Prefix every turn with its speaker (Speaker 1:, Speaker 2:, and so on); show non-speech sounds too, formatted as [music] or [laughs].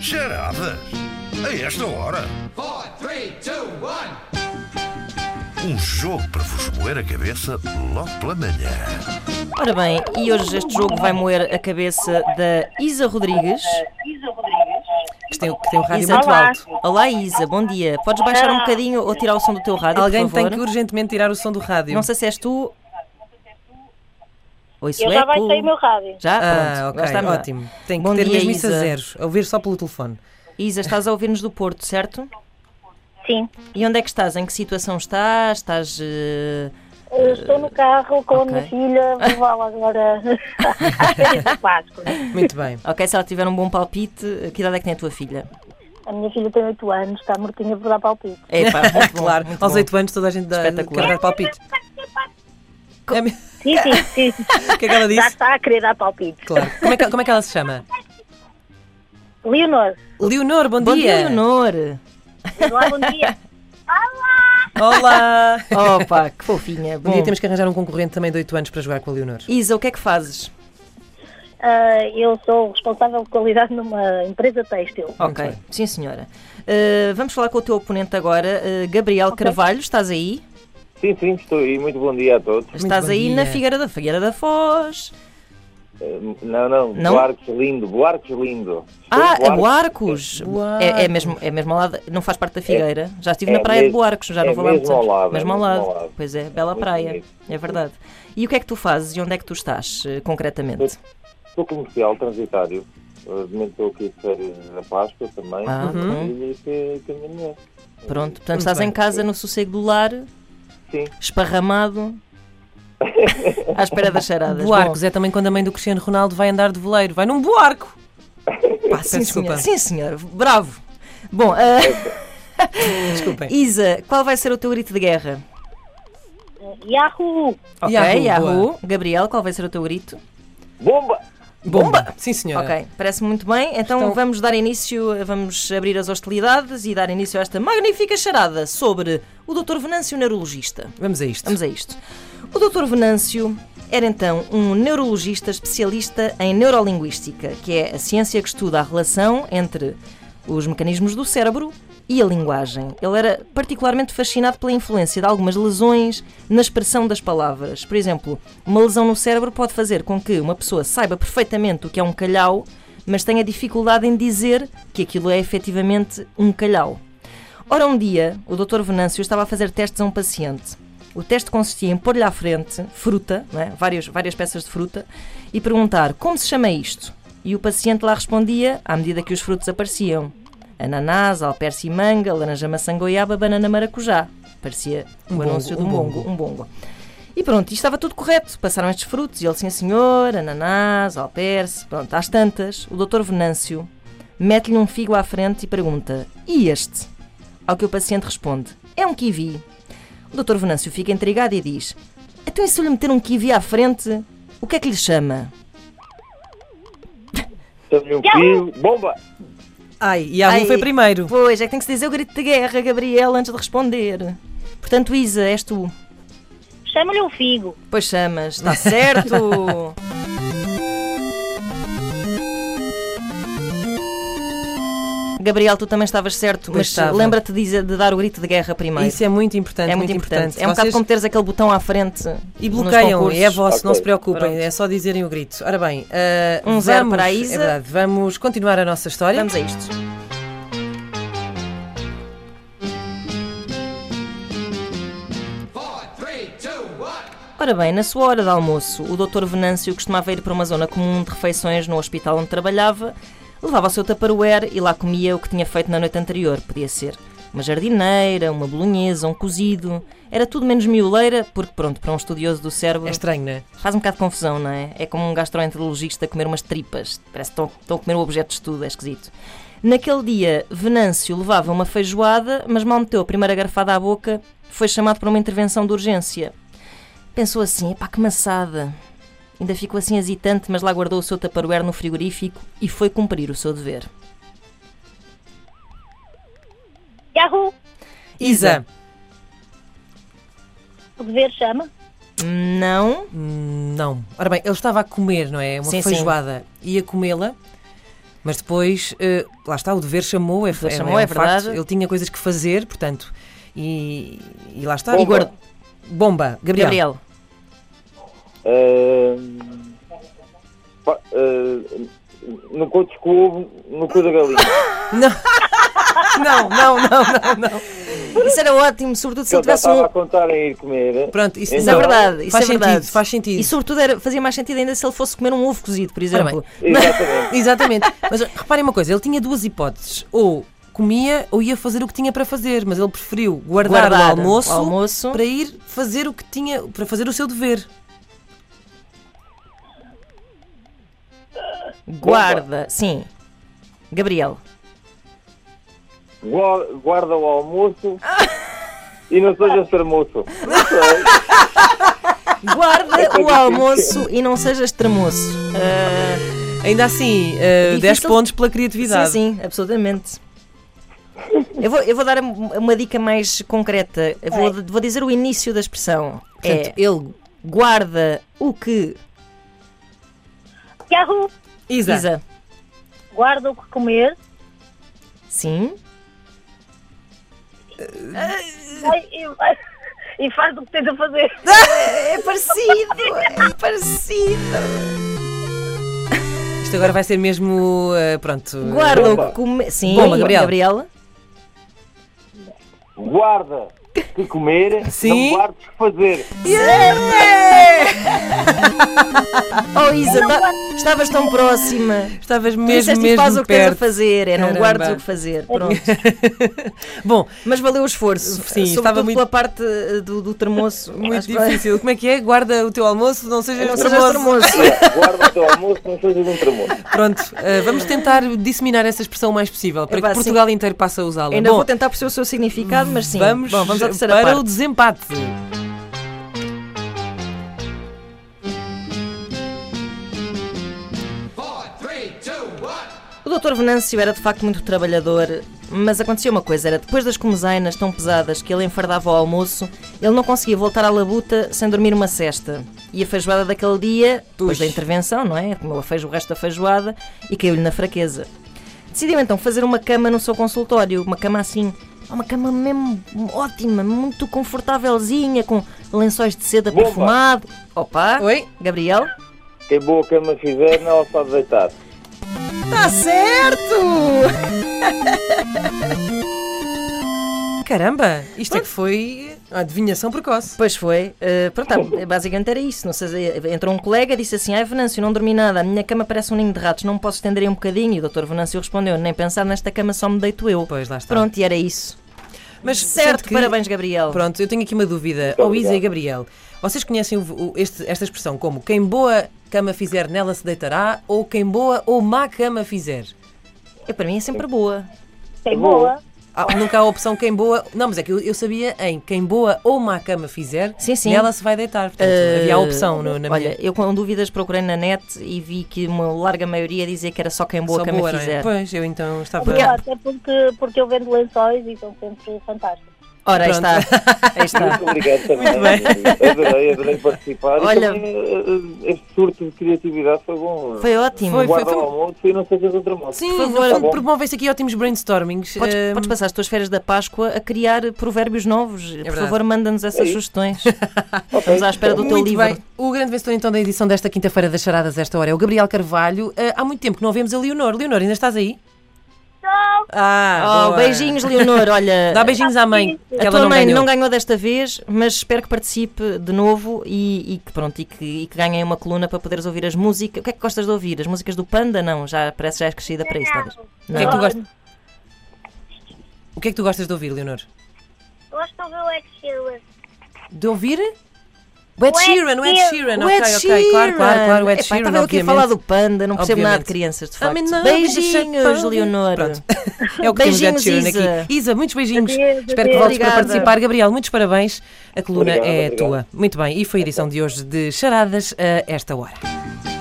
Speaker 1: Charadas? A esta hora?
Speaker 2: four, three, two, one.
Speaker 1: Um jogo para vos moer a cabeça logo pela manhã.
Speaker 3: Ora bem, e hoje este jogo vai moer a cabeça da Isa Rodrigues,
Speaker 4: Isa Rodrigues.
Speaker 3: que tem, que tem o rádio
Speaker 4: Isa,
Speaker 3: muito
Speaker 4: olá.
Speaker 3: alto. Olá Isa, bom dia. Podes baixar um bocadinho ou tirar o som do teu rádio,
Speaker 5: Alguém
Speaker 3: por favor?
Speaker 5: tem que urgentemente tirar o som do rádio.
Speaker 3: Não sei se és tu... Ou isso
Speaker 4: Eu
Speaker 3: é
Speaker 4: já
Speaker 3: tu.
Speaker 4: baixei o meu rádio.
Speaker 3: Já? Pronto,
Speaker 5: Ah,
Speaker 3: lá
Speaker 5: ok,
Speaker 3: está melhor.
Speaker 5: ótimo. Tem que
Speaker 3: Bom
Speaker 5: ter
Speaker 3: dia,
Speaker 5: mesmo isso a
Speaker 3: Isa.
Speaker 5: zeros. Ouvir só pelo telefone.
Speaker 3: Isa, estás a ouvir-nos do Porto, certo?
Speaker 4: Sim.
Speaker 3: E onde é que estás? Em que situação estás? Estás... eh,
Speaker 4: Eu estou no carro com a minha
Speaker 3: ok.
Speaker 4: filha, vou levá-la agora [laughs] à férias de Páscoa.
Speaker 5: Muito bem.
Speaker 3: Ok, se ela tiver um bom palpite, que idade é que tem a tua filha?
Speaker 4: A minha filha tem 8 anos, está mortinha por dar palpite.
Speaker 3: É, [laughs] pá, muito bom,
Speaker 5: claro,
Speaker 3: muito
Speaker 5: aos
Speaker 3: bom.
Speaker 5: 8 anos toda a gente dá,
Speaker 3: Espetacular.
Speaker 5: quer dar palpite. É me- [laughs]
Speaker 4: Sim, sim, sim.
Speaker 5: O [laughs] que é que ela
Speaker 4: Já
Speaker 5: disse?
Speaker 4: está a querer dar palpite.
Speaker 5: Claro. Como é que, como é que ela se chama?
Speaker 4: Leonor,
Speaker 5: Leonor, bom,
Speaker 3: Bom dia,
Speaker 5: dia. [laughs]
Speaker 3: Leonor.
Speaker 4: olá, bom dia.
Speaker 5: Olá.
Speaker 3: Oh pá, que fofinha.
Speaker 5: Bom
Speaker 3: Bom,
Speaker 5: dia, temos que arranjar um concorrente também de 8 anos para jogar com a Leonor.
Speaker 3: Isa, o que é que fazes?
Speaker 4: Ah, eu sou responsável de qualidade numa empresa têxtil.
Speaker 3: Ok, sim senhora. Uh, vamos falar com o teu oponente agora, uh, Gabriel Carvalho, estás aí?
Speaker 6: Sim, sim, estou aí. Muito bom dia a todos.
Speaker 3: estás
Speaker 5: bom
Speaker 3: aí
Speaker 5: dia.
Speaker 3: na Figueira da Figueira da Foz.
Speaker 6: Eh, Não, não,
Speaker 3: Não?
Speaker 6: Buarques lindo, Buarques lindo. Estou em
Speaker 3: ah, é
Speaker 6: Buarques.
Speaker 3: Buarcos.
Speaker 5: Buarcos.
Speaker 3: É, é mesmo, é mesmo ao lado, não faz parte da Figueira. já estive
Speaker 6: é
Speaker 3: na praia de
Speaker 6: mesmo-
Speaker 3: Buarcos, já
Speaker 6: é
Speaker 3: não vou lá há muitos
Speaker 6: mesmo ao
Speaker 3: anos.
Speaker 6: lado, é
Speaker 3: mesmo ao
Speaker 6: mesmo
Speaker 3: lado.
Speaker 6: ao lado.
Speaker 3: Pois é, bela
Speaker 6: Muito
Speaker 3: praia.
Speaker 6: bonito.
Speaker 3: É verdade. E o que é que tu fazes e onde é que tu estás, eh, concretamente?
Speaker 6: Sou comercial transitário. Obviamente estou aqui de férias na Páscoa também.
Speaker 3: Ah,
Speaker 6: E que, que a minha mulher.
Speaker 3: Pronto, portanto
Speaker 5: Muito
Speaker 3: estás
Speaker 5: bem.
Speaker 3: em casa no sossego do lar,
Speaker 6: Sim. [laughs]
Speaker 3: esparramado, à espera das charadas. Bom,
Speaker 5: Buarcos é também quando a mãe do Cristiano Ronaldo vai andar de voleiro. Vai num buarco.
Speaker 3: Pá, sim,
Speaker 5: desculpa.
Speaker 3: senhor. Sim, senhor. Bravo. Bom, ah,
Speaker 5: Desculpem.
Speaker 3: Isa, qual vai ser o teu grito de guerra?
Speaker 4: Yahoo!
Speaker 3: Ok,
Speaker 5: Yahoo,
Speaker 3: Yahoo. Gabriel, qual vai ser o teu grito?
Speaker 6: Bomba!
Speaker 5: Bomba. Sim, senhora.
Speaker 3: Ok, parece muito bem. Então
Speaker 5: Estão-
Speaker 3: vamos dar início, vamos abrir as hostilidades e dar início a esta magnífica charada sobre o Dr. Venâncio Neurologista.
Speaker 5: Vamos a isto.
Speaker 3: Vamos a isto. O Dr. Venâncio era então um neurologista especialista em neurolinguística, que é a ciência que estuda a relação entre os mecanismos do cérebro e a linguagem. Ele era particularmente fascinado pela influência de algumas lesões na expressão das palavras. Por exemplo, uma lesão no cérebro pode fazer com que uma pessoa saiba perfeitamente o que é um calhau, mas tenha dificuldade em dizer que aquilo é efetivamente um calhau. Ora, um dia, o Dr. Venâncio estava a fazer testes a um paciente. O teste consistia em pôr-lhe à frente fruta, não é? várias, várias peças de fruta, e perguntar como se chama isto. E o paciente lá respondia à medida que os frutos apareciam. Ananás, alperce e manga, laranja, maçã, goiaba, banana, maracujá. Parecia o
Speaker 5: bongo,
Speaker 3: anúncio de
Speaker 5: um
Speaker 3: um
Speaker 5: bongo.
Speaker 3: bongo. Um bongo. E pronto, e estava tudo correto. Passaram estes frutos e ele, sim senhor, ananás, alperce, pronto, às tantas, o Dr. Venâncio mete-lhe um figo à frente e pergunta: E este? Ao que o paciente responde: É um kiwi. O Dr. Venâncio fica intrigado e diz: Então, e se eu lhe meter um kiwi à frente, o que é que lhe chama?
Speaker 6: Também um fio. Bomba!
Speaker 5: Ai, e a
Speaker 3: Ai,
Speaker 5: Lu um foi primeiro.
Speaker 3: Pois, é que tem que se dizer o grito de guerra, Gabriel, antes de responder. Portanto, Isa, és tu.
Speaker 4: Chama-lhe um figo.
Speaker 3: Pois chamas,
Speaker 5: [laughs]
Speaker 3: está certo. Gabriel, tu também estavas certo,
Speaker 5: Pois
Speaker 3: mas
Speaker 5: estava.
Speaker 3: lembra-te de, dizer- de dar o grito de guerra primeiro.
Speaker 5: Isso é muito importante,
Speaker 3: É muito, importante. É um bocado
Speaker 5: Vocês-
Speaker 3: como teres aquele botão à frente.
Speaker 5: E
Speaker 3: nos
Speaker 5: bloqueiam,
Speaker 3: concursos.
Speaker 5: é vosso, não
Speaker 6: Ok.
Speaker 5: se preocupem,
Speaker 3: Pronto.
Speaker 5: é só dizerem o grito. Ora bem, ah,
Speaker 3: Um zero
Speaker 5: vamos-
Speaker 3: para a Isa.
Speaker 5: É verdade, vamos continuar a nossa história.
Speaker 3: Vamos a isto.
Speaker 2: Four, three, two, one.
Speaker 3: Ora bem, na sua hora de almoço, o Dr. Venâncio costumava ir para uma zona comum de refeições no hospital onde trabalhava, levava o seu taparoer e lá comia o que tinha feito na noite anterior. Podia ser uma jardineira, uma bolonhesa, um cozido. Era tudo menos mioleira, porque, pronto, para um estudioso do cérebro,
Speaker 5: É estranho, não é?
Speaker 3: faz um bocado de confusão, não é? É como um gastroenterologista comer umas tripas. Parece que estão, estão a comer o objeto de estudo, é esquisito. Naquele dia, Venâncio levava uma feijoada, mas mal meteu a primeira garfada à boca, foi chamado para uma intervenção de urgência. Pensou assim, pá, que maçada. Ainda ficou assim hesitante, mas lá guardou o seu taparoer no frigorífico e foi cumprir o seu dever.
Speaker 4: Yahoo!
Speaker 5: Isa,
Speaker 4: O dever chama.
Speaker 3: Não,
Speaker 5: Hum, não. Ora bem, ele estava a comer, não é? Uma
Speaker 3: Sim, sim.
Speaker 5: feijoada. Ia comê-la, Mas depois, eh, lá está, o dever chamou, é,
Speaker 3: dever
Speaker 5: é-
Speaker 3: chamou,
Speaker 5: é um
Speaker 3: é verdade.
Speaker 5: facto. Ele tinha coisas que fazer, portanto, e, e lá está.
Speaker 6: Bomba.
Speaker 5: E guarda- Bomba, Gabriel.
Speaker 3: Gabriel,
Speaker 6: Ahm, pá, ah, no cu de escovo, no cu da galinha.
Speaker 5: Não, não, não, não, não.
Speaker 3: [laughs] isso era ótimo, sobretudo [laughs] se
Speaker 6: Que eu
Speaker 3: ele
Speaker 6: já
Speaker 3: tivesse
Speaker 6: estava
Speaker 3: um.
Speaker 6: a contar em ir comer. Então,
Speaker 5: Pronto, isso
Speaker 3: Isso é
Speaker 5: não.
Speaker 3: verdade, isso
Speaker 5: faz
Speaker 3: é verdade.
Speaker 5: sentido, faz sentido.
Speaker 3: E sobretudo era- fazia mais sentido ainda se ele fosse comer um ovo cozido, por exemplo.
Speaker 6: Exatamente.
Speaker 5: Exatamente. Mas reparem uma coisa, ele tinha duas hipóteses. Ou comia ou ia fazer o que tinha para fazer, mas ele preferiu guardar,
Speaker 3: Guardar
Speaker 5: o, almoço
Speaker 3: o almoço.
Speaker 5: para ir fazer o que tinha, para fazer o seu dever.
Speaker 3: Guarda, sim. Gabriel,
Speaker 6: Gua- Guarda o
Speaker 3: [laughs]
Speaker 6: almoço e não seja sermoço. Não sei.
Speaker 3: guarda o almoço e não sejas tremoço. Ah,
Speaker 5: Ainda assim, eh,
Speaker 3: É Difícil-
Speaker 5: 10 pontos pela criatividade.
Speaker 3: Sim, sim, absolutamente. Eu vou, eu vou dar um- uma dica mais concreta. Eu vou, vou dizer o início da expressão.
Speaker 5: É. Portanto,
Speaker 3: é ele guarda o que
Speaker 4: Yahoo!
Speaker 5: Isa.
Speaker 3: pisa.
Speaker 4: Guarda o que comer.
Speaker 3: Sim.
Speaker 4: Vai, e, vai, e faz o que tens a fazer.
Speaker 3: É parecido, é parecido.
Speaker 5: Isto agora vai ser mesmo. eh, pronto.
Speaker 3: Guarda o
Speaker 6: Bomba.
Speaker 3: que come. Sim,
Speaker 5: Bomba, Gabriela.
Speaker 3: Gabriela.
Speaker 6: Guarda que comer,
Speaker 5: Sim.
Speaker 6: não guardes que fazer.
Speaker 3: [laughs] Oh, Isa, tá- estavas tão próxima.
Speaker 5: Estavas
Speaker 3: Tu
Speaker 5: mesmo,
Speaker 3: disseste e
Speaker 5: mesmo
Speaker 3: faz o que tens a
Speaker 5: perto.
Speaker 3: fazer. É não
Speaker 5: Caramba.
Speaker 3: guardes o que fazer. Pronto.
Speaker 5: Bom,
Speaker 3: Mas valeu o esforço.
Speaker 5: Sim,
Speaker 3: Sobretudo
Speaker 5: estava muito-
Speaker 3: pela parte eh, do, do termoço.
Speaker 5: muito
Speaker 3: Acho que vai-
Speaker 5: difícil. Como é que é? Guarda o teu almoço, não seja
Speaker 3: Não sejas tremoço.
Speaker 6: Guarda o teu almoço, não sejas um tremoço.
Speaker 5: Pronto, eh, vamos tentar disseminar essa expressão o mais possível para
Speaker 3: Epá,
Speaker 5: que
Speaker 3: sim.
Speaker 5: Portugal inteiro passe a usá-la.
Speaker 3: Ainda
Speaker 5: Bom,
Speaker 3: vou tentar perceber o seu significado, mas sim.
Speaker 5: Vamos,
Speaker 3: Bom, vamos à terceira
Speaker 5: para o
Speaker 3: parte.
Speaker 5: desempate.
Speaker 2: Four, three, two, one.
Speaker 3: O Dr. Venâncio era de facto muito trabalhador, mas acontecia uma coisa: era depois das comezainas tão pesadas que ele enfardava ao almoço, ele não conseguia voltar à labuta sem dormir uma cesta. E a feijoada daquele dia, depois da intervenção, não é? Comeu a feijo o resto da feijoada e caiu-lhe na fraqueza. Decidiu então fazer uma cama no seu consultório, uma cama assim, uma cama mesmo ótima, muito confortávelzinha, com lençóis de seda
Speaker 6: Bomba.
Speaker 3: perfumado. Opa!
Speaker 5: Oi?
Speaker 3: Gabriel?
Speaker 6: Quem boa cama fizer, não ela sabe deitar.
Speaker 3: Tá certo!
Speaker 5: Caramba, isto é que foi a adivinhação precoce.
Speaker 3: Pois foi. Eh, pronto, tá, basicamente era isso. Não sei, se- entrou um colega e disse assim: Ai, Venâncio, não dormi nada, a minha cama parece um ninho de ratos, não me posso estender aí um bocadinho. E o Dr. Venâncio respondeu: Nem pensar nesta cama, só me deito eu.
Speaker 5: Pois, lá está.
Speaker 3: Pronto, e era isso.
Speaker 5: Mas
Speaker 3: Certo,
Speaker 5: sendo que-
Speaker 3: parabéns, Gabriel.
Speaker 5: Pronto, eu tenho aqui uma dúvida. Ó Isa e Gabriel, vocês conhecem o- o- este- esta expressão como quem boa cama fizer nela se deitará ou quem boa ou má cama fizer?
Speaker 3: Eu, para mim é sempre boa.
Speaker 4: É boa.
Speaker 5: Ah, nunca há a opção quem boa. Não, mas é que eu, eu sabia em quem boa ou má cama fizer,
Speaker 3: Sim, sim.
Speaker 5: nela se vai deitar. Portanto, havia a opção no- na
Speaker 3: Eh, Olha,
Speaker 5: minha.
Speaker 3: eu com dúvidas procurei na net e vi que uma larga maioria dizia que era só quem boa
Speaker 5: Só
Speaker 3: cama
Speaker 5: boa, não é?
Speaker 3: fizer.
Speaker 5: Pois, eu então estava.
Speaker 3: Porque-
Speaker 4: Boa, Até porque, porque eu vendo lençóis e são sempre fantásticos.
Speaker 3: Ora, aí
Speaker 5: Pronto.
Speaker 3: está. Aí está.
Speaker 5: [laughs]
Speaker 6: Muito obrigado também. Adorei, adorei participar. E
Speaker 3: Olha-
Speaker 6: também, eh, eh, este surto de criatividade foi bom.
Speaker 3: Foi ótimo.
Speaker 5: Foi,
Speaker 6: Guarda
Speaker 5: foi-
Speaker 6: o almoço e não sejas um tremoço.
Speaker 5: Sim,
Speaker 3: Por
Speaker 5: no
Speaker 3: favor.
Speaker 5: fundo, promovem-se aqui ótimos brainstormings. Eh,
Speaker 3: Podes,
Speaker 5: Ahm,
Speaker 3: podes passar as tuas férias da Páscoa a criar provérbios novos. Por
Speaker 5: É verdade.
Speaker 3: favor, manda-nos essas
Speaker 6: isso.
Speaker 5: [laughs]
Speaker 3: sugestões. Estamos à espera do teu
Speaker 5: Muito
Speaker 3: livro.
Speaker 5: bem. O grande vencedor então da edição desta quinta-feira das Charadas, esta hora, é o Gabriel Carvalho. Ah, há muito tempo que não vemos a Leonor. Leonor, ainda estás aí? Estou! Ah,
Speaker 3: Oh,
Speaker 5: boa.
Speaker 3: beijinhos,
Speaker 5: [laughs]
Speaker 3: Leonor. Olha,
Speaker 5: Dá beijinhos à mãe. Que
Speaker 3: a
Speaker 5: ela
Speaker 3: tua
Speaker 5: não
Speaker 3: mãe
Speaker 5: ganhou.
Speaker 3: não ganhou desta vez, mas espero que participe de novo e, e que pronto e que, e que ganhem uma coluna para poderes ouvir as músicas. O que é que gostas de ouvir? As músicas do Panda? Não, já parece que já és crescida para isso. talvez.
Speaker 5: O que é que tu
Speaker 3: Não.
Speaker 5: gostas? O que é que tu gostas de ouvir, Leonor?
Speaker 7: Gosto do Ed Sheeran.
Speaker 5: De ouvir? O Ed
Speaker 7: O Ed
Speaker 5: Sheeran, o Ed Sheeran,
Speaker 3: O Ed
Speaker 5: ok, ok, claro, claro, claro, o Ed
Speaker 3: Epá,
Speaker 5: Sheeran,
Speaker 3: Estava eu aqui a falar do
Speaker 5: obviamente.
Speaker 3: Panda, não percebo nada de
Speaker 5: Obviamente.
Speaker 3: crianças, de
Speaker 5: I mean,
Speaker 3: facto.
Speaker 5: não, é
Speaker 3: beijinhos,
Speaker 5: deixa-
Speaker 3: Leonor. [laughs]
Speaker 5: Pronto. É o que temos de Ed
Speaker 3: Beijinhos,
Speaker 5: Sheeran
Speaker 3: Isa.
Speaker 5: aqui. Isa, muitos beijinhos.
Speaker 4: Adeus,
Speaker 5: Espero que voltes para
Speaker 3: Obrigada.
Speaker 5: participar. Gabriel, muitos parabéns. A coluna
Speaker 6: Obrigado,
Speaker 5: é
Speaker 6: obrigado.
Speaker 5: tua. Muito bem, e foi a edição de hoje de Charadas a esta hora.